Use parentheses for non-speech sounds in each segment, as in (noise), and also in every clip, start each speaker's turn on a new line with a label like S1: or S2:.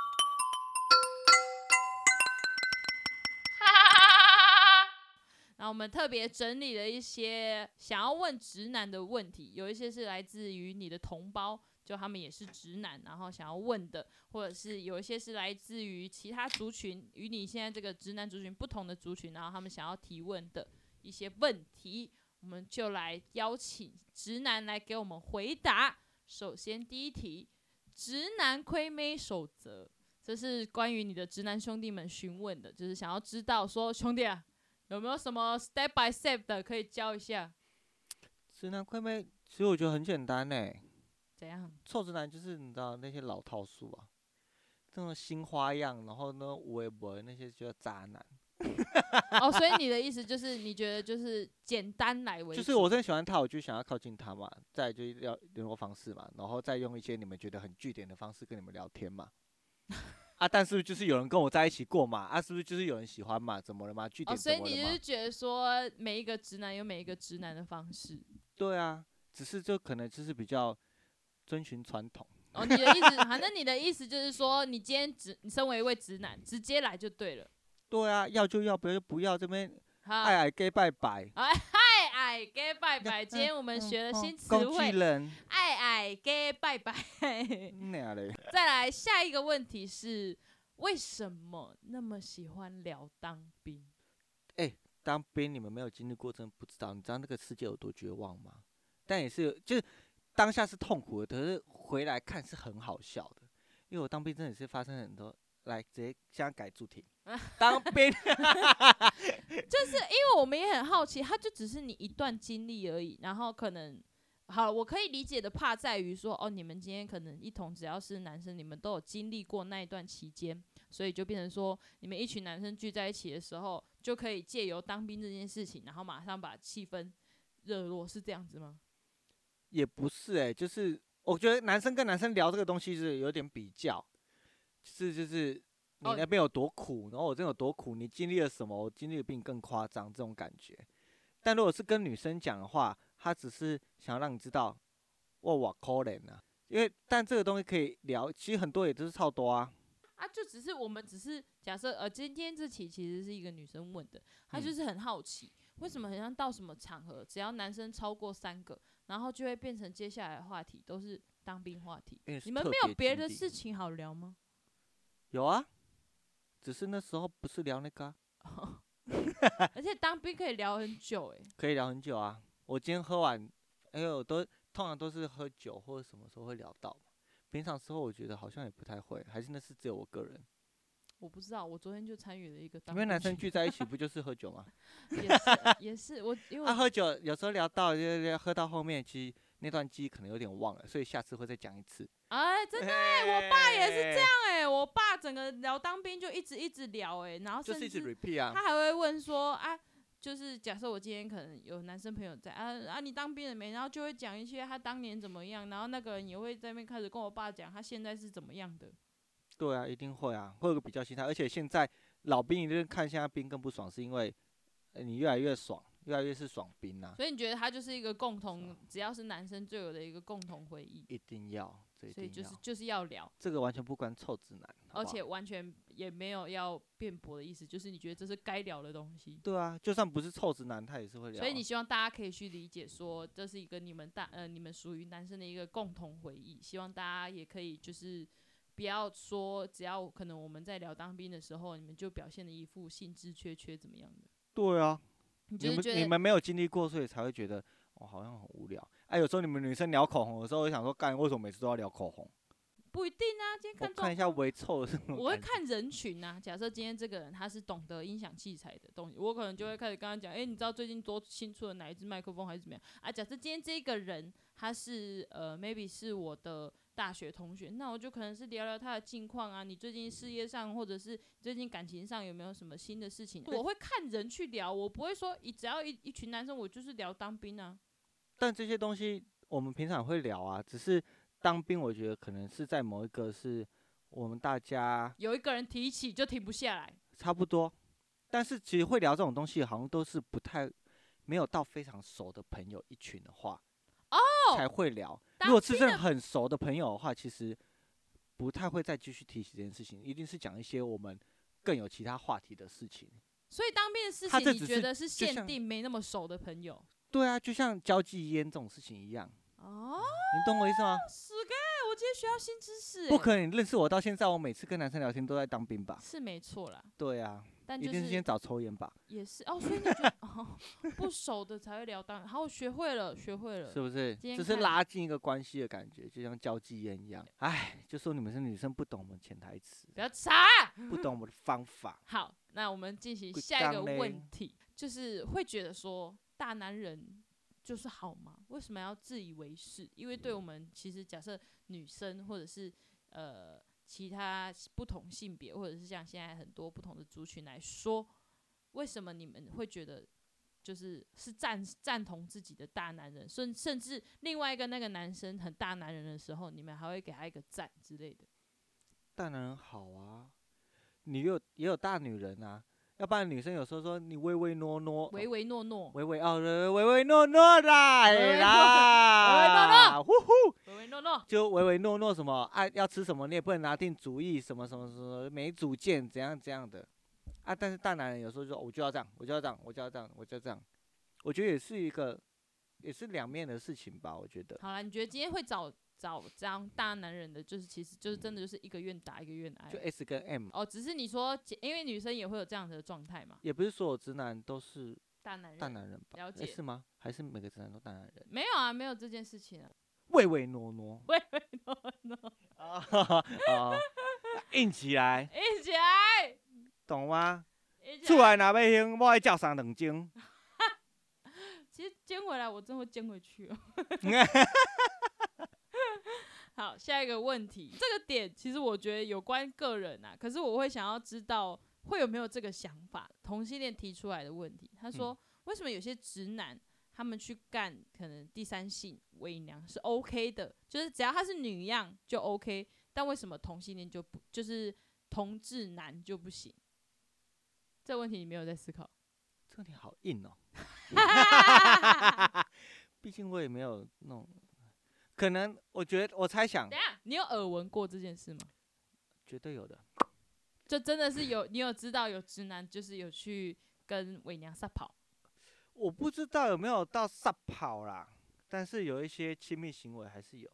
S1: (laughs) 我们特别整理了一些想要问直男的问题，有一些是来自于你的同胞，就他们也是直男，然后想要问的，或者是有一些是来自于其他族群，与你现在这个直男族群不同的族群，然后他们想要提问的一些问题，我们就来邀请直男来给我们回答。首先第一题，直男亏妹守则。这是关于你的直男兄弟们询问的，就是想要知道说兄弟啊，有没有什么 step by step 的可以教一下？
S2: 直男亏妹，其实我觉得很简单呢。
S1: 怎样？
S2: 臭直男就是你知道那些老套数啊，那种新花样，然后呢无微博那些叫渣男。
S1: 哦，所以你的意思就是你觉得就是简单来为主，
S2: 就是我真的喜欢他，我就想要靠近他嘛，再来就是要联络方式嘛，然后再用一些你们觉得很据点的方式跟你们聊
S1: (laughs)
S2: 天嘛。啊，但是就是有人跟我在一起过嘛，啊，是不是就是有人喜欢嘛？怎么了嘛？据
S1: 哦，
S2: 点
S1: 所
S2: 怎
S1: 以
S2: 么
S1: 你
S2: 了
S1: 就
S2: 嘛
S1: 是？觉得说每一个直男有每一个直男的方式。
S2: 对啊，只是就可能就是比较遵循传统。
S1: 哦，你的意思，反正你的意思就是说，你今天直，你身为一位直男，直接来就对了。
S2: 对啊，要就要，不要就不要，这边
S1: 好，
S2: 爱
S1: 哎
S2: 爱 gay 拜拜。
S1: 哎，gay 拜
S2: (laughs)
S1: 拜，今天我们
S2: 嗯
S1: 学了
S2: 哦
S1: 新词
S2: 攻击
S1: 汇，
S2: 人，嗯
S1: 哎哎，gay 拜拜。
S2: 那样嘞。
S1: 再来下一个问题是，为什么那么喜欢聊当兵？ (laughs)
S2: 当兵你们没有经历过，真的不知道。你知道那个世界有多绝望吗？但也是有，就是当下是痛苦的，可是回来看是很好笑的。因为我当兵真的是发生很多，来直接现在改
S1: (laughs)
S2: 主题，当兵
S1: 就是因为我们也很好奇，它就只是你一段经历而已，然后可能。好，我可以理解的怕在于说，哦，你们今天可能一同只要是男生，你们都有经历过那一段期间，所以就变成说，你们一群男生聚在一起的时候，就可以借由当兵这件事情，然后马上把气氛热络，是这样子吗？
S2: 也不是哎、就是我觉得男生跟男生聊这个东西是有点比较，就是就是你
S1: 哦
S2: 那边有多苦，然后我这边有多苦，你经历了什么，我经历的比你更夸张这种感觉。但如果是跟女生讲的话，她只是想要让你知道，哇哇可怜啊，因为但这个东西可以聊，其实很多也都是差不多啊。
S1: 啊，就只是我们只是假设，呃，今天这题其实是一个女生问的，她就
S2: 嗯
S1: 是很好奇，为什么好像到什么场合，只要男生超过三个，然后就会变成接下来的话题都是当兵话题。
S2: 因为是
S1: 你们
S2: 特
S1: 没有
S2: 别
S1: 别
S2: 经
S1: 的
S2: 历
S1: 事情好聊
S2: (laughs)
S1: 吗？
S2: 有啊，只是那时候不是聊那个啊、
S1: 而且当兵可以聊很久、欸，
S2: 可以聊很久啊。我今天喝完，哎呦，我都通常都是喝酒或者什么时候会聊到嘛。平常时候我觉得好像也不太会，还是那是只有我个人。
S1: 我不知道，我昨天就参与了一个当
S2: 因
S1: 兵
S2: 为
S1: 群，
S2: 男生聚在一起不就是喝酒吗？
S1: 也是也是我，因为
S2: 啊，
S1: 我
S2: 喝酒有时候聊到就是喝到后面，其实那段记忆可能有点忘了，所以下次会再讲一次。
S1: 哎、真
S2: (laughs)
S1: 的
S2: 哎，我爸
S1: 也是这样哎、我爸整个聊当兵就一直一直聊哎、然后
S2: 就
S1: 甚
S2: 是一
S1: 至
S2: 直 repeat 啊。
S1: 他还会问说啊，就是假设我今天可能有男生朋友在啊啊，你当兵了没？然后就会讲一些他当年怎么样，然后那个人也会在那边开始跟我爸讲他现在是怎么样的。
S2: 对啊，一定会啊，会有个比较心态。而且现在老兵一定看现在兵更不爽，是因为呃你越来越爽，越来越是爽兵啊，
S1: 所以你觉得他就是一个共同，只要是男生就有的一个共同回忆，
S2: 一定要，这一
S1: 所以
S2: 定
S1: 就
S2: 要。
S1: 是就是要聊，
S2: 这个完全不关臭直男，好
S1: 而
S2: 不好
S1: 且完全也没有要辩驳的意思，就是你觉得这是该聊的东西。
S2: 对啊，就算不是臭直男，他也是会聊啊。
S1: 所以你希望大家可以去理解，说这是一个你们大呃你们属于男生的一个共同回忆。希望大家也可以就是不要说，只要可能我们在聊当兵的时候，你们就表现的一副兴致缺缺怎么样的？
S2: 对啊，
S1: 你
S2: 你
S1: 就是
S2: 们
S1: 觉
S2: 你
S1: 得
S2: 们没有经历过，所以才会觉得哦好像很无聊。哎、有时候你们女生聊口红的时候，我就想说，干为什么每次都要聊口红？
S1: 不一定啊，今天看
S2: 我看
S1: 状
S2: 一下微臭是什么？
S1: 我会，看人群呐、假设今天这个人他是懂得音响器材的东西，我可能
S2: 嗯
S1: 就会开始跟他讲，诶，你知道最近多新出了哪一支麦克风还是怎么样啊？假设今天这个人他是呃，maybe 是我的大学同学，那我就可能是聊聊他的近况啊，你最近事业上或者是最近感情上有没有什么新的事情？
S2: 对
S1: 我会看人去聊，我不会说一只要一一群男生我就是聊当兵啊。
S2: 但这些东西我们平常会聊啊，只是当兵，我觉得可能是在某一个是我们大家
S1: 有一个人提起就停不下来，
S2: 差不多，但是其实会聊这种东西，好像都是不太没有到非常熟的朋友一群的话，哦才会聊。
S1: 当
S2: 如果是
S1: 兵
S2: 真
S1: 的
S2: 的很熟的朋友的话，其实不太会再继续提起这件事情，一定是讲一些我们更有其他话题的事情。
S1: 所以当兵的事
S2: 他这
S1: 情，你
S2: 只
S1: 觉
S2: 是
S1: 得是
S2: 就
S1: 限
S2: 像
S1: 定没那么熟的朋友
S2: 对啊，就像交际烟这种事情一样，
S1: 哦？
S2: 你懂我意思吗？
S1: 是该，我今天学到新知识欸，欸
S2: 不可能认识我到现在，我每次跟男生聊天都在当兵吧？
S1: 是没错啦，
S2: 对啊，
S1: 但
S2: 一
S1: 就
S2: 定是
S1: 是
S2: 先找抽烟吧，
S1: 也是哦，所以你觉得 (laughs) 哦不熟的才会聊当，好，我学会了，学会了
S2: 是，不是？
S1: 今天
S2: 这是
S1: 看
S2: 拉近一个关系的感觉，就像交际烟一样。哎，就说你们是女生不懂我们潜台词，
S1: 不要查。
S2: 不懂我的方法。
S1: 好，那我们进行
S2: 贵
S1: 下一个
S2: 港嘞
S1: 问题，就是会觉得说大男人就是好吗？为什么要自以为是？因为
S2: 嗯
S1: 对我们其实假设女生或者是呃其他不同性别，或者是像现在很多不同的族群来说，为什么你们会觉得？就是是赞赞同自己的大男人，甚甚至另外一个那个男生很大男人的时候，你们还会给他一个赞之类的。
S2: 当然好啊，你有也有大女人啊，要不然女生有时候说你唯唯诺诺，
S1: 唯唯诺诺，
S2: 哦 (laughs) 唯唯哦，唯唯诺诺啦，
S1: 唯唯诺
S2: 哎 (laughs) 啦，
S1: 诺
S2: 呼呼，
S1: 唯唯诺诺，
S2: 就唯唯诺诺什么啊，要吃什么你也不能拿定主意，什么什么什么没主见，怎样怎样的啊。但是大男人有时候就说我就要这样，我就要这样，我就要这样，我就要这样，我觉得也是一个也是两面的事情吧，我觉得。
S1: 好啦，你觉得今天会找找这样大男人的，就是其实就是真的就是一个愿打一个愿挨
S2: 就 S 跟 M，啊
S1: 哦，只是你说姐，因为女生也会有这样的状态嘛，
S2: 也不是所有直男都是
S1: 大男人
S2: 大男人吧？
S1: 了
S2: 诶
S1: 解
S2: 是吗？还是每个直男都大男人？
S1: 没有啊，没有这件事情啊，
S2: 唯唯诺诺
S1: 喂喂诺
S2: (laughs)
S1: 诺，
S2: 啊啊，硬起来，
S1: 一起来，(laughs)
S2: 懂吗？
S1: 一起
S2: 厝
S1: 来。
S2: 内若要兴，我爱照三两钟。
S1: 其实煎回来我真会煎回去 (laughs) 哦。好，下一个问题，这个点其实我觉得有关个人啊，可是我会想要知道会有没有这个想法，同性恋提出来的问题。他说，为什么有些直男他们去干可能第三性伪娘是 OK 的，就是只要他是女样就 OK，但为什么同性恋就不就是同志男就不行？这问题你没有在思考，
S2: 这个你好硬哦。毕竟我也没有弄，可能我觉得我猜想
S1: 等一下你有耳闻过这件事吗？
S2: 绝对有的。
S1: 就真的是有，你有知道有直男就是有去跟伪娘撒跑，
S2: 我不知道有没有到撒跑啦，但是有一些亲密行为还是有，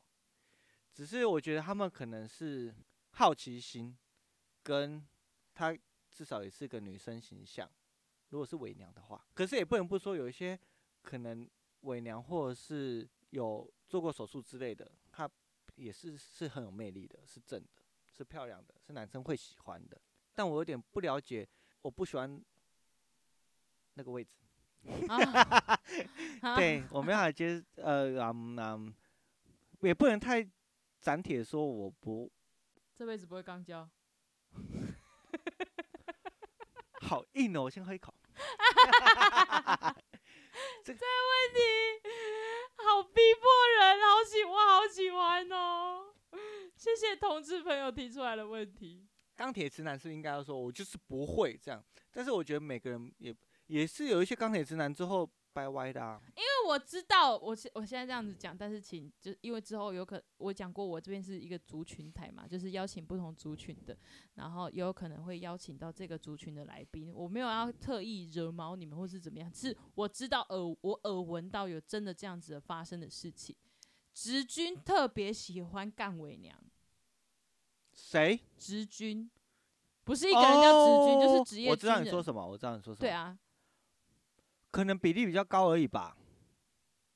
S2: 只是我觉得他们可能是好奇心，跟她至少也是个女生形象，如果是伪娘的话，可是也不能不说有一些可能伪娘或者是有做过手术之类的，她也是是很有魅力的，是正的，是漂亮的，是男生会喜欢的，但我有点不了解，我不喜欢那个位置。
S1: 啊
S2: (laughs)
S1: 啊
S2: 对，我没办法接，呃，嗯嗯，也不能太斩铁说我不
S1: 这辈子不会肛交。
S2: 好硬哦，我先喝一口。
S1: 问题好逼迫人，好喜我好喜欢哦。谢谢同志朋友提出来的问题。
S2: 钢铁直男是不是应该要说，我就是不会这样，但是我觉得每个人也也是有一些钢铁直男之后掰歪的啊。
S1: 因 (laughs) 为我知道，我现我现在这样子讲，但是请就因为之后有可我讲过，我这边是一个族群台嘛，就是邀请不同族群的，然后也有可能会邀请到这个族群的来宾。我没有要特意惹毛你们或是怎么样，是我知道耳我耳闻到有真的这样子的发生的事情。直军特别喜欢干伪娘，
S2: 谁？
S1: 直军不是一个人叫直军，就
S2: 哦
S1: 是职业
S2: 我知
S1: 军
S2: 道你说
S1: 人。
S2: 什么，我知道你说什么。
S1: 对，啊，
S2: 可能比例比较高而已吧，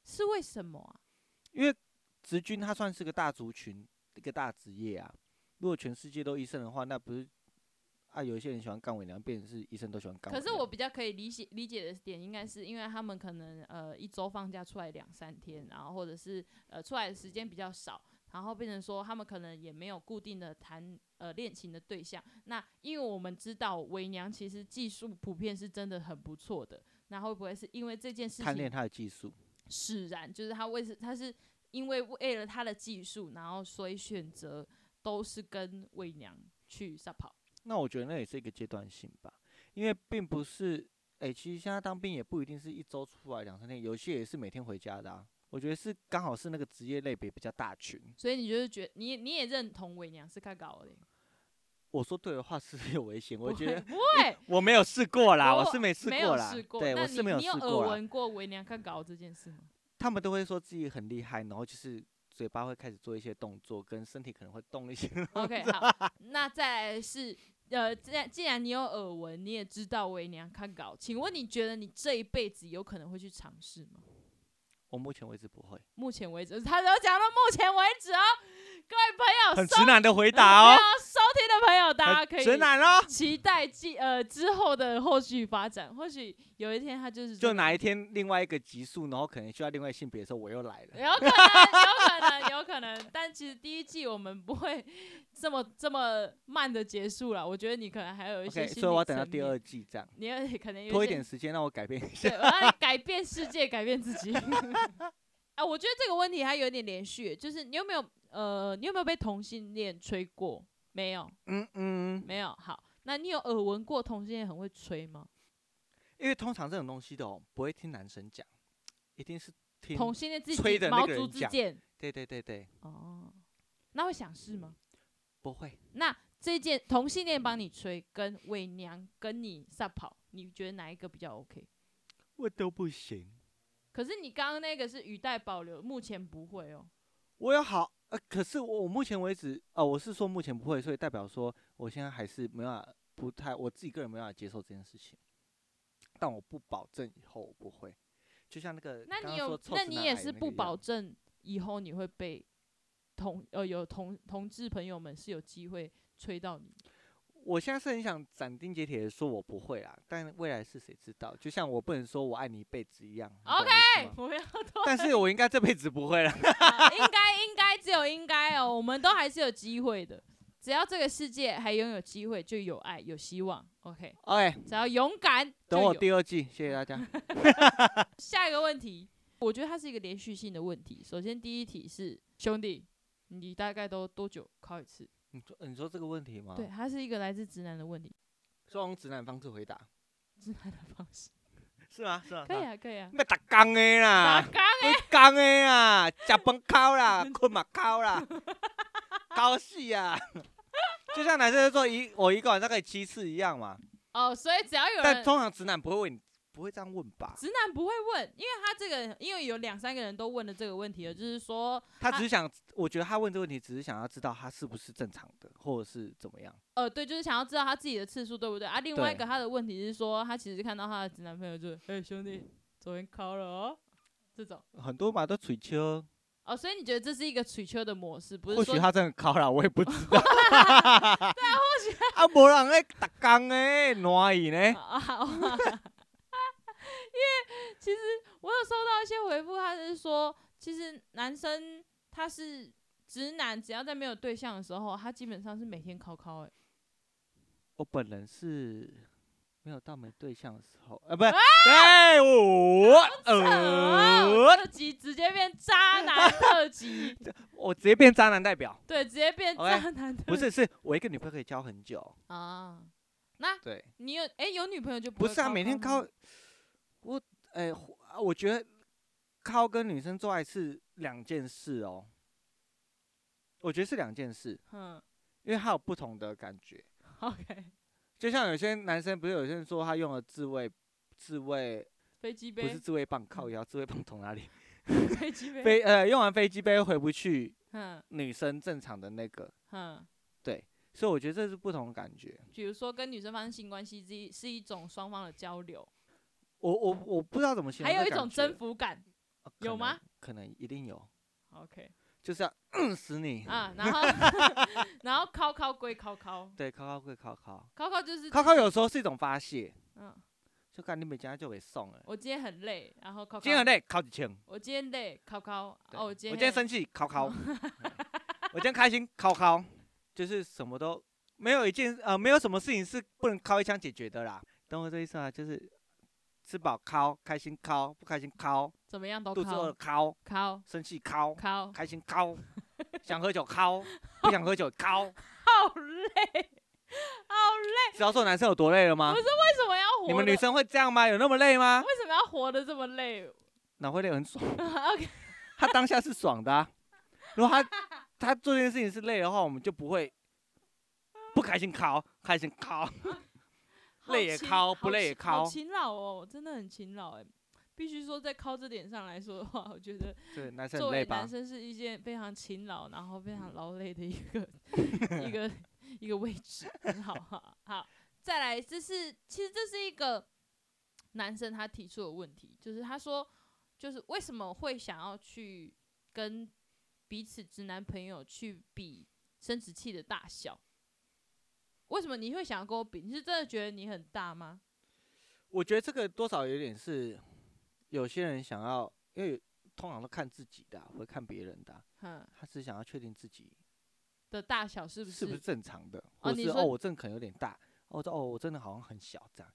S1: 是为什么啊？
S2: 因为职军它算是个大族群，一个大职业啊。如果全世界都医生的话，那不是啊？有一些人喜欢干伪娘，变成是医生都喜欢干伪
S1: 可
S2: 娘。
S1: 是我比较可以理解理解的点，应该是因为他们可能呃一周放假出来两三天，然后或者是呃出来的时间比较少，然后变成说他们可能也没有固定的谈呃恋情的对象。那因为我们知道伪娘其实技术普遍是真的很不错的，那会不会是因为这件事
S2: 贪
S1: 情
S2: 恋他的技术，
S1: 使然，就是他为是他是因为为了他的技术，然后所以选择都是跟伪娘去撒跑。
S2: 那我觉得那也是一个阶段性吧，因为并不是，诶、其实现在当兵也不一定是一周出来两三天，有些也是每天回家的啊。我觉得是刚好是那个职业类别比较大群，
S1: 所以你就是觉你也你也认同伪娘是看搞的，
S2: 我说对的话是不是有危险？我
S1: 不
S2: 觉
S1: 会
S2: 得
S1: 不
S2: (laughs)
S1: 会，
S2: 我没有试过啦，我
S1: 我
S2: 是没试
S1: 没有
S2: 过啦
S1: 试，过。
S2: 对，
S1: 那
S2: 我
S1: 你
S2: 是没
S1: 你
S2: 试
S1: 耳
S2: 过啦。
S1: 闻过维尼亚克搞这件
S2: (laughs)
S1: 事吗？
S2: 他们都会说自己很厉害，然后就是嘴巴会开始做一些动作，跟身体可能会动一些。 (laughs)
S1: OK，好，那再来是呃，既然既然你有耳闻，你也知道维尼亚看稿，请问你觉得你这一辈子有可能会去尝试吗？
S2: 我目前为止不会，
S1: 目前为止， (laughs) 他都讲到目前为止哦，各位朋友，
S2: 很
S1: 收
S2: 直男的回答
S1: 没有
S2: 哦，
S1: 收听的朋友，哦大家
S2: 很
S1: 可以
S2: 直男哦。
S1: 期待继呃之后的后续发展，或许有一天他就是
S2: 就
S1: 真的
S2: 哪一天另外一个级数，然后可能需要另外性别的时候，我又来了。
S1: 有可能，有可能，有可能。但其实第一季我们不会 (laughs) 这么这么慢的结束了。我觉得你可能还有一些
S2: OK，
S1: 心
S2: 所以我要
S1: 理
S2: 等到
S1: 层
S2: 第
S1: 面
S2: 二，季这样，
S1: 你也可能有
S2: 拖一
S1: 些
S2: 点，时间让我改变一下。
S1: 对，我让你改变世界，改变自己。 (laughs) 啊，我觉得这个问题还有点连续，就是你有没有呃，你有没有被同性恋吹过？没有，
S2: 嗯嗯，
S1: 没有。好，那你有耳闻过同性恋很会吹吗？
S2: 因为通常这种东西的哦，不会听男生讲，一定是听。
S1: 同性恋自
S2: 吹
S1: 己
S2: 的那
S1: 毛
S2: 个人
S1: 足之
S2: 讲
S1: 见
S2: 对对对对，
S1: 哦，那会想试吗？
S2: 不会。
S1: 那这件同性恋帮你吹，跟伪娘跟你撒跑，你觉得哪一个比较 OK？
S2: 我都不行，
S1: 可是你刚刚那个是语带保留，目前不会哦。
S2: 我有好呃，可是我我目前为止啊、呃我是说目前不会，所以代表说我现在还是没办法，不太我自己个人没办法接受这件事情，但我不保证以后我不会。就像那个
S1: 那
S2: 刚刚
S1: 你有
S2: 说，臭
S1: 那
S2: 直
S1: 你
S2: 男
S1: 也
S2: 癌
S1: 是
S2: 那
S1: 不
S2: 个一
S1: 保
S2: 样
S1: 证以后你会被同呃有同同志朋友们是有机会吹到你。
S2: 我现在是很想斩钉截铁的说我不会啦，但未来是谁知道？就像我不能说我爱你一辈子一样。你懂哎我意思吗
S1: 我们要多
S2: 但是我应该这辈子不会了。
S1: 啊 (laughs) 应该应该只有应该哦，我们都还是有机会的。只要这个世界还拥有机会，就有爱，有希望。OK，
S2: OK，
S1: 只要勇敢，
S2: 等
S1: 就
S2: 我
S1: 有
S2: 第二季，谢谢大 (laughs) 家。
S1: 下一个问题，我觉得它是一个连续性的问题。首先第一题是兄弟，你大概都多久考一次？
S2: 你说你说这个问题吗？
S1: 对，，它是一个来自直男的问题，
S2: 是用直男方式回答，
S1: 直男的方式。
S2: 是吗？ (laughs) 是吗？
S1: 可以啊，可以啊。
S2: 要打工的
S1: 打
S2: 啦，
S1: 刚
S2: 打工的啦，食饭烤啦，困嘛烤 (laughs) 啦，搞死啊！ (laughs) 就像男生说一我一个晚上可以七次一样嘛，
S1: 哦，所以只要有
S2: 但
S1: 人。
S2: 通常直男不会问你，不会这样问吧？
S1: 直男不会问，因为他这个，因为有两三个人都问了这个问题了，就是说，
S2: 他
S1: 他
S2: 只是想，我觉得他问这个问题只是想要知道他是不是正常的，或者是怎么样。
S1: 呃，对，就是想要知道他自己的次数对不对啊。另外一
S2: 对
S1: 个他的问题是说，他其实看到他的直男朋友就，哎、兄弟，昨天考了哦，这种
S2: 很多嘛都嘴丘，
S1: 哦，所以你觉得这是一个取秋的模式，不
S2: 或
S1: 是
S2: 许
S1: 说
S2: 他真的高了，我也不知道。对啊，或许啊，无人咧逐工咧暖伊呢。
S1: 啊，好啊因为其实我有收到一些回复，他是说，其实男生他是直男，只要在没有对象的时候，他基本上是每天考考、欸。
S2: 我本人是没有到没对象的时候，啊，不是，对，我
S1: 哦，
S2: 呃，
S1: 特辑直接变渣男特辑，
S2: 我直接变渣男代表，
S1: 对，直接变
S2: OK，
S1: 渣男特
S2: 不是，是我一个女朋友可以交很久，
S1: 啊。
S2: 对，
S1: 你有哎、有女朋友就
S2: 不
S1: 会
S2: 是啊，
S1: 考
S2: 每天
S1: 考吗
S2: 靠，我，哎，我啊我觉得靠跟女生做爱是两件事哦，我觉得是两件事，
S1: 嗯
S2: 因为它有不同的感觉，
S1: ，OK，
S2: 就像有些男生不是有些人说他用了自慰，自慰
S1: 飞机
S2: 不是
S1: 杯，
S2: 自慰棒，靠腰，自慰棒从哪里？ (laughs)
S1: 飞机杯，
S2: 飞呃，用完飞机杯回不去，
S1: 嗯
S2: 女生正常的那个，
S1: 嗯，
S2: 对，所以我觉得这是不同的感觉。
S1: 比如说跟女生发生性关系，是一是一种双方的交流，
S2: 我我我不知道怎么形
S1: 还
S2: 容这
S1: 有一
S2: 感觉，
S1: 种征服感。
S2: 呃
S1: 有吗？
S2: 可能可能一定有，
S1: OK
S2: 就是要 (coughs) 摁死你。
S1: 啊，然
S2: (laughs)
S1: 后 (laughs) 然后靠靠归靠靠，
S2: 对，靠靠会靠靠，
S1: 靠靠就是
S2: 靠靠有时候是一种发泄，
S1: 嗯，
S2: 就看你每家就给送了。
S1: 我今天很累，然后靠靠，
S2: 今天很累，靠几千。
S1: 我今天累，靠靠，
S2: 对
S1: 哦，
S2: 我
S1: 今天
S2: 生气，
S1: (laughs)
S2: 靠靠。哎我今天开心，靠靠。就是什么都没有一件呃，没有什么事情是不能靠一枪解决的啦。懂我这意思吗？就是吃饱靠，开心靠，不开心靠，
S1: 怎么样都
S2: 肚子饿
S1: 靠
S2: 靠，
S1: 靠
S2: 生气靠，
S1: 靠，
S2: 开
S1: (laughs)
S2: 心靠，想喝酒靠，不想喝酒
S1: 好
S2: 靠。
S1: 累，好累，
S2: 知道说男生有多累了吗
S1: 不？为什么要活？
S2: 你们女生会这样吗？有那么累吗？
S1: 为什么要活得这么累
S2: 哪会累？
S1: (laughs)
S2: 很爽，
S1: 啊？OK，
S2: 他当下是爽的啊、如果他他做这件事情是累的话，我们就不会。不开心考，开心考，
S1: 好
S2: 累也
S1: 勤
S2: 靠不
S1: 好
S2: 累也
S1: 勤好
S2: 靠
S1: 勤劳哦，真的很勤劳哎、必须说，在靠这点上来说的话，我觉得
S2: 对，男生
S1: 作
S2: 很累
S1: 为
S2: 吧嗯
S1: 男？生是一件非常勤劳，然后非常劳累的一
S2: (laughs)
S1: 个一个一个位置，很好哈。好，再来，这是其实这是一个男生他提出的问题，就是他说，就是为什么会想要去跟彼此直男朋友去比生殖器的大小？为什么你会想要跟我比？你是真的觉得你很大吗？
S2: 我觉得这个多少有点是有些人想要，因为通常都看自己的啊、会看别人的啊、
S1: 哼，
S2: 他只想要确定自己
S1: 的大小是不
S2: 是不是正常的，
S1: 哦
S2: 或
S1: 你
S2: 是
S1: 说
S2: 哦我真的可能有点大，哦这哦我真的好像很小这样。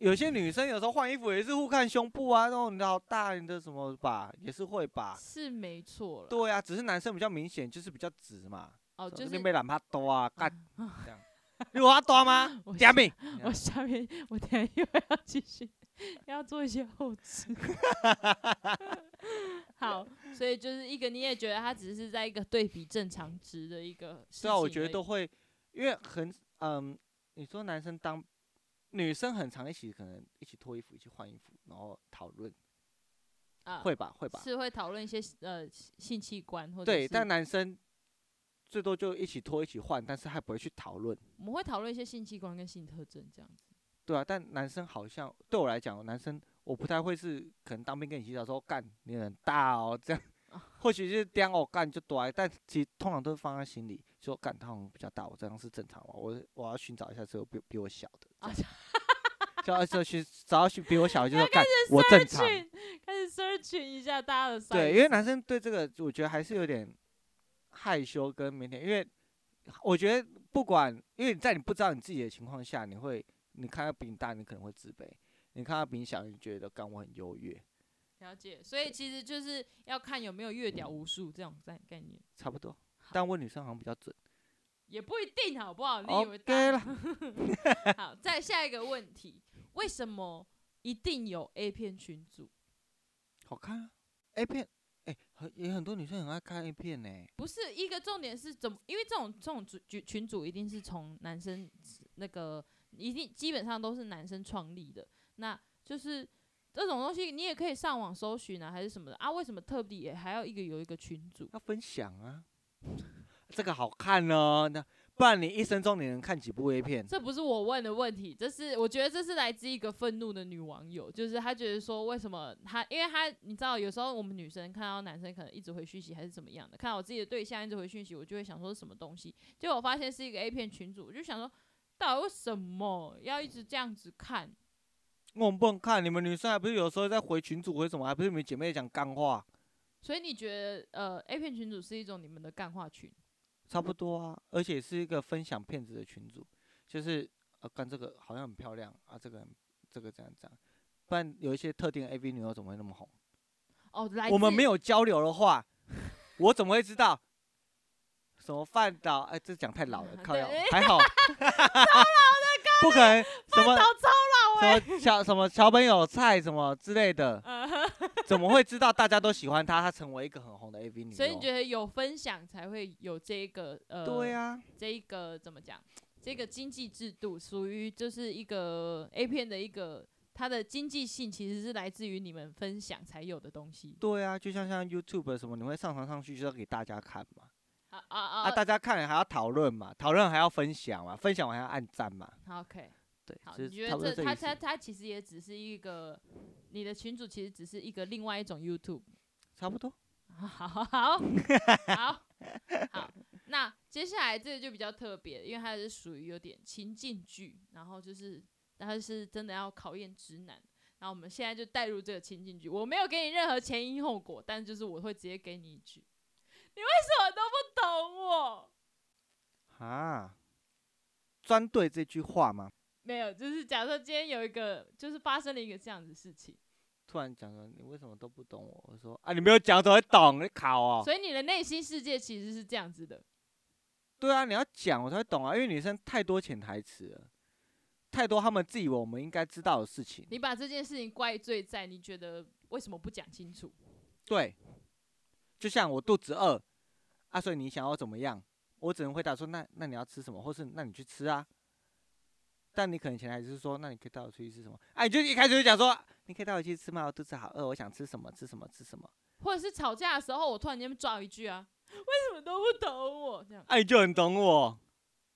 S2: 有些女生有时候换衣服也是互看胸部啊，哦你的好大，你的什么吧，也是会吧。
S1: 是没错了。
S2: 对啊，只是男生比较明显，就是比较直嘛。
S1: 哦，就
S2: 这
S1: 是？
S2: 边被懒怕多啊，干这样，你有他多吗
S1: 我
S2: 加饼，
S1: 我下面我等一下又要继续要做一些后置。 (laughs) 好，所以就是一个你也觉得他只是在一个对比正常值的一个事情
S2: 对
S1: 而
S2: 啊，
S1: 已。
S2: 我觉得都会，因为很嗯，你说男生当女生很常一起，可能一起脱衣服，一起换衣服，然后讨论，
S1: 啊
S2: 会吧，会吧，
S1: 是会讨论一些呃性器官或者
S2: 对，
S1: 是
S2: 但男生最多就一起脱，一起换，但是还不会去讨论，
S1: 我们会讨论一些性器官跟性特征这样子。
S2: 对啊，但男生好像对我来讲，男生我不太会是可能当兵跟你洗澡说干你很大哦这样
S1: 啊。
S2: 或许就是这样哦，干就多，但其实通常都是放在心里，说干他好像比较大，我这样是正常吗？哦我我要寻找一下只有比比我小的，
S1: 啊
S2: 就要找寻找到寻比我小的，就说干我正常。
S1: 去开始 searching 一下大家的 size。
S2: 对，因为男生对这个，我觉得还是有点害羞跟腼腆，因为我觉得不管，因为在你不知道你自己的情况下，你会，你看到比你大，你可能会自卑；你看到比你小，你觉得干我很优越，
S1: 了解，所以其实就是要看有没有月屌无数这种概概念，
S2: 差不多。但问女生好像比较准。
S1: 也不一定好不好？你以为大
S2: OK
S1: (laughs)
S2: 了，
S1: 好，再下一个问题，为什么一定有 A 片群组？
S2: 好看啊，A 片，哎、很也很多女生很爱看 A 片呢、
S1: 不是一个重点是怎么？因为这种这种组群群组一定是从男生那个，一定基本上都是男生创立的。那就是这种东西，你也可以上网搜寻啊，还是什么的啊？为什么特地也还要一个有一个群组？
S2: 要分享啊， (laughs) 这个好看哦。那不然你一生中你能看几部 A 片？
S1: 这不是我问的问题，这是我觉得这是来自一个愤怒的女网友，就是她觉得说为什么她，因为她你知道有时候我们女生看到男生可能一直回讯息还是怎么样的，看到我自己的对象一直回讯息，我就会想说是什么东西，结果我发现是一个 A 片群组，我就想说到底为什么要一直这样子看？
S2: 我们不能看，你们女生还不是有时候在回群主回什么，还不是你们姐妹讲干话，
S1: 所以你觉得呃 A 片群组是一种你们的干话群？
S2: 差不多啊。而且是一个分享片子的群主，就是呃，干这个好像很漂亮啊，这个很这个这样这样。不然有一些特定的 AV 女优怎么会那么红？
S1: 哦，来
S2: 我们没
S1: 有
S2: 有交流的话，我怎么会知道？什么范岛？哎，这讲太老了，靠腰
S1: 对
S2: 还好， (laughs) 不可能什么
S1: 到超
S2: 什么小 (laughs) 什么小本有菜什么之类的，
S1: 呃，
S2: 怎么会知道大家都喜欢她？她成为一个很红的 AV 女优，
S1: 所以你觉得有分享才会有这一个呃
S2: 对啊，
S1: 这一个怎么讲？这个经济制度属于就是一个 A 片的一个它的经济性，其实是来自于你们分享才有的东西。
S2: 对啊，就像像 YouTube 什么，你会上传上去就是要给大家看嘛，
S1: 啊啊啊
S2: 啊，大家看了还要讨论嘛，讨论还要分享嘛，分享完还要按赞嘛，
S1: 哦好，OK，
S2: 对，
S1: 好，
S2: 就
S1: 你
S2: 是
S1: 觉
S2: 差不多
S1: 得
S2: 这
S1: 这
S2: 意
S1: 它
S2: 思
S1: 它它其实也只是一个你的群主，其实只是一个另外一种 YouTube。
S2: 差不多。
S1: 好好好好好，那接下来这个就比较特别，因为它是属于有点情境剧，然后就是它是真的要考验直男。然后我们现在就带入这个情境剧，我没有给你任何前因后果，但就是我会直接给你一句：你为什么都不懂我？
S2: 啊，专对这句话吗？
S1: 没有，就是假设今天有一个，就是发生了一个这样子的事情，
S2: 突然讲说你为什么都不懂我？我说啊，你没有讲怎么会懂？你考哦。
S1: 所以你的内心世界其实是这样子的。
S2: 对啊，你要讲我才会懂啊，因为女生太多潜台词了，太多他们自以为我们应该知道的事情。
S1: 你把这件事情怪罪在你觉得为什么不讲清楚？
S2: 对，就像我肚子饿，啊，所以你想要怎么样？我只能回答说，那那你要吃什么，或是那你去吃啊。但你可能以前还是说，那你可以带我出去吃什么？哎、你就一开始就讲说，你可以带我去吃吗？我肚子好饿，我想吃什么吃什么吃什么。
S1: 或者是吵架的时候，我突然间抓一句啊，为什么都不懂我？这样，
S2: 哎、你就很懂我。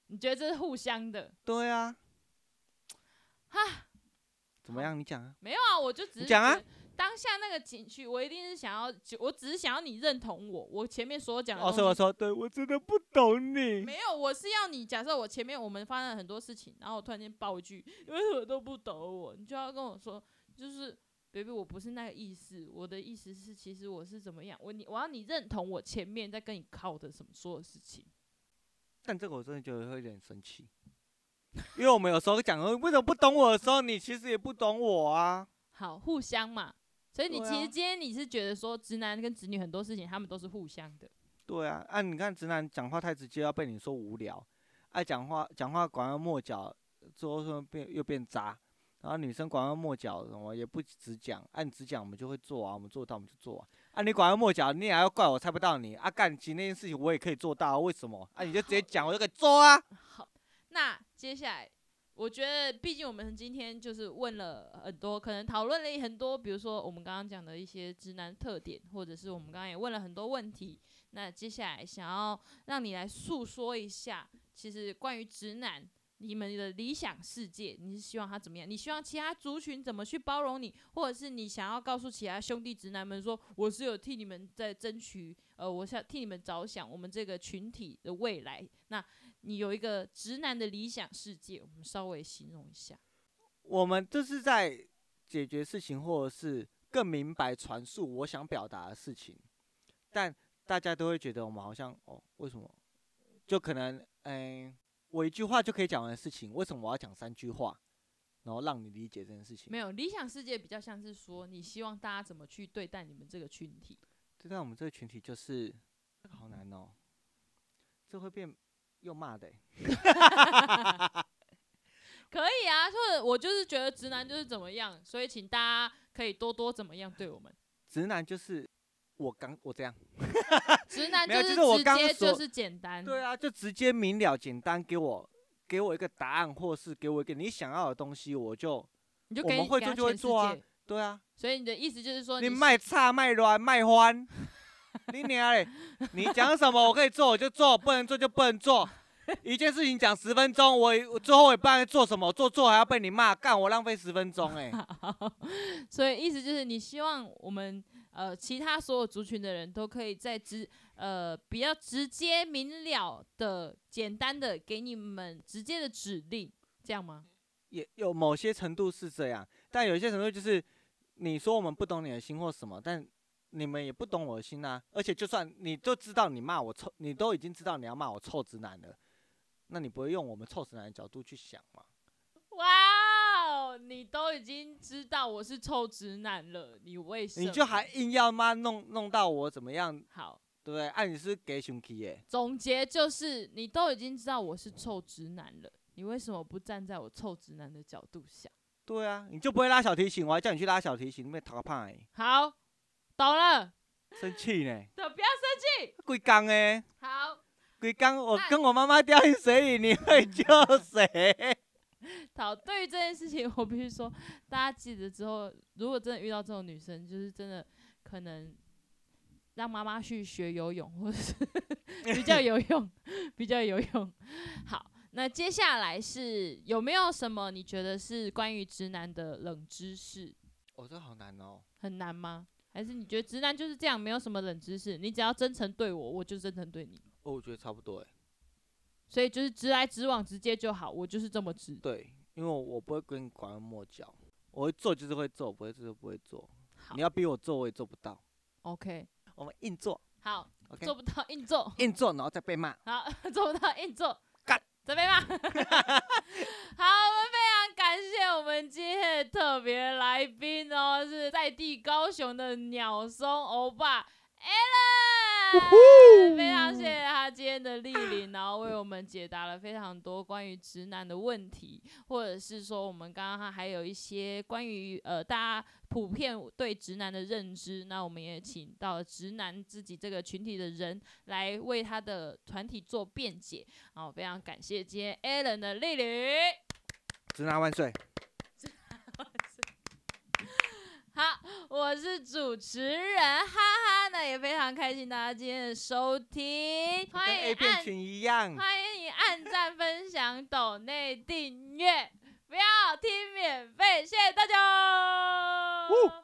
S1: 你觉得这是互相的？
S2: 对啊，
S1: 哈，
S2: 怎么样？你讲啊。
S1: 没有啊，我就只是
S2: 你讲啊
S1: 觉得当下那个情绪，我一定是想要，我只是想要你认同我。我前面所讲的
S2: 哦，
S1: 东西
S2: 所以我说，对我真的不懂你。
S1: 没有，我是要你假设我前面我们发生了很多事情，然后我突然间爆一句，你为什么都不懂我？你就要跟我说，就是 baby，我不是那个意思，我的意思是其实我是怎么样，我你我要你认同我前面在跟你靠的什么说的事情。
S2: 但这个我真的觉得会有点生气，因为我们有时候讲说为什么不懂我的时候，你其实也不懂我啊。
S1: 好，互相嘛。所以你
S2: 对
S1: 其
S2: 啊
S1: 实今天你是觉得说直男跟直女很多事情他们都是互相的，
S2: 对啊，啊，你看直男讲话太直接，要被你说无聊；爱讲话讲话拐弯抹角，最后说变又变渣。然后女生拐弯抹角什么也不直讲，啊按、你直讲我们就会做啊，我们做到我们就做啊。啊，你拐弯抹角，你也要怪我猜不到你啊，干其实那件事情我也可以做到啊，为什么？啊，你就直接讲，我就可以做啊。
S1: 好，那接下来，我觉得，毕竟我们今天就是问了很多，可能讨论了很多，比如说我们刚刚讲的一些直男特点，或者是我们刚刚也问了很多问题。那接下来想要让你来诉说一下，其实关于直男。你们的理想世界，你是希望他怎么样？你希望其他族群怎么去包容你，或者是你想要告诉其他兄弟直男们说，我是有替你们在争取，呃，我想替你们着想，我们这个群体的未来。那你有一个直男的理想世界，我们稍微形容一下。
S2: 我们这是在解决事情，或者是更明白传述我想表达的事情，但大家都会觉得我们好像哦，为什么？就可能嗯、我一句话就可以讲完的事情，为什么我要讲三句话，然后让你理解这件事情？
S1: 没有理想世界比较像是说，你希望大家怎么去对待你们这个群体。
S2: 对待我们这个群体就是这个好难哦，这会变又骂的欸、
S1: 可以啊，或者我就是觉得直男就是怎么样，所以请大家可以多多怎么样对我
S2: (laughs)
S1: 们。
S2: 直男就是我刚我这样。
S1: 直男
S2: 没有
S1: 是
S2: 就是我
S1: 直
S2: 刚
S1: 接
S2: 所
S1: 就是简单，
S2: 对啊，就直接明了，简单给我给我一个答案，或是给我一个你想要的东西，我就
S1: 你就
S2: 我
S1: 给
S2: 们会
S1: 给
S2: 做
S1: 他
S2: 就会
S1: 全世
S2: 做啊
S1: 界
S2: 对啊，
S1: 所哦以你的意思就是说
S2: 你
S1: 是
S2: 卖差卖软卖欢，你娘嘞！你讲什么我可以做我就做，不能做就不能做。一件事情讲十分钟，我也我最后也不知道做什么，做做还要被你骂，干我浪费十分钟哎、
S1: (laughs) 所以意思就是，你希望我们呃其他所有族群的人都可以在直呃比较直接明了的、简单的给你们直接的指令，这样吗？
S2: 也有某些程度是这样，但有些程度就是你说我们不懂你的心或什么，但你们也不懂我的心啊。而且就算你都知道你骂我臭，你都已经知道你要骂我臭直男了，那你不会用我们臭直男的角度去想嘛？
S1: 哇哦，你都已经知道我是臭直男了，你为什么？
S2: 你就还硬要妈弄弄到我怎么样，
S1: 好。
S2: 对不对？啊，你是给熊 k 耶？
S1: 总结就是，你都已经知道我是臭直男了，你为什么不站在我臭直男的角度想？
S2: 对啊，你就不会拉小提琴，我还叫你去拉小提琴，你被讨个胖哎，
S1: 好，懂了，
S2: 生气呢？
S1: 的不要生
S2: 规工哎，
S1: 气。好。
S2: 规工我
S1: 那
S2: 跟我妈妈掉进水里，你会救谁？
S1: 好，对于这件事情，我必须说，大家记得之后，如果真的遇到这种女生，就是真的可能让妈妈去学游泳，或者是比较有用， (laughs) 比较有用。好，那接下来是有没有什么你觉得是关于直男的冷知识？
S2: 我、哦、这好难哦。
S1: 很难吗？还是你觉得直男就是这样，没有什么冷知识？你只要真诚对我，我就真诚对你，
S2: 哦，我觉得差不多哎。
S1: 所以就是直来直往，直接就好，我就是这么直。
S2: 对，因为我我不会跟你拐弯抹角，我会做就是会做，不会做就不会做。
S1: 好
S2: 你要逼我做，我也做不到。
S1: ，OK，
S2: 我们硬做
S1: 好，
S2: ，OK，
S1: 做不到硬做。
S2: 硬做，然后再被骂。
S1: 好， (laughs) 做不到硬做，
S2: 干，
S1: 准备吧。 (laughs) 好，我们非常感谢我们今天的特别来宾哦，是在地高雄的鸟松欧巴 Alan，非常谢谢他今天的莅临，然后为我们解答了非常多关于直男的问题，或者是说我们刚刚还有一些关于呃大家普遍对直男的认知。那我们也请到直男自己这个群体的人来为他的团体做辩解。然后非常感谢今天 Alan 的莅临。
S2: 直男万岁！
S1: 好，我是主持人哈哈，那也非常开心大家今天的收听，
S2: 跟
S1: 欢
S2: A
S1: 迎
S2: 片
S1: 按
S2: 群一样。
S1: 欢迎按赞、分享、抖内订阅，不要听免费，谢谢大家哦。
S2: 哦
S1: (laughs)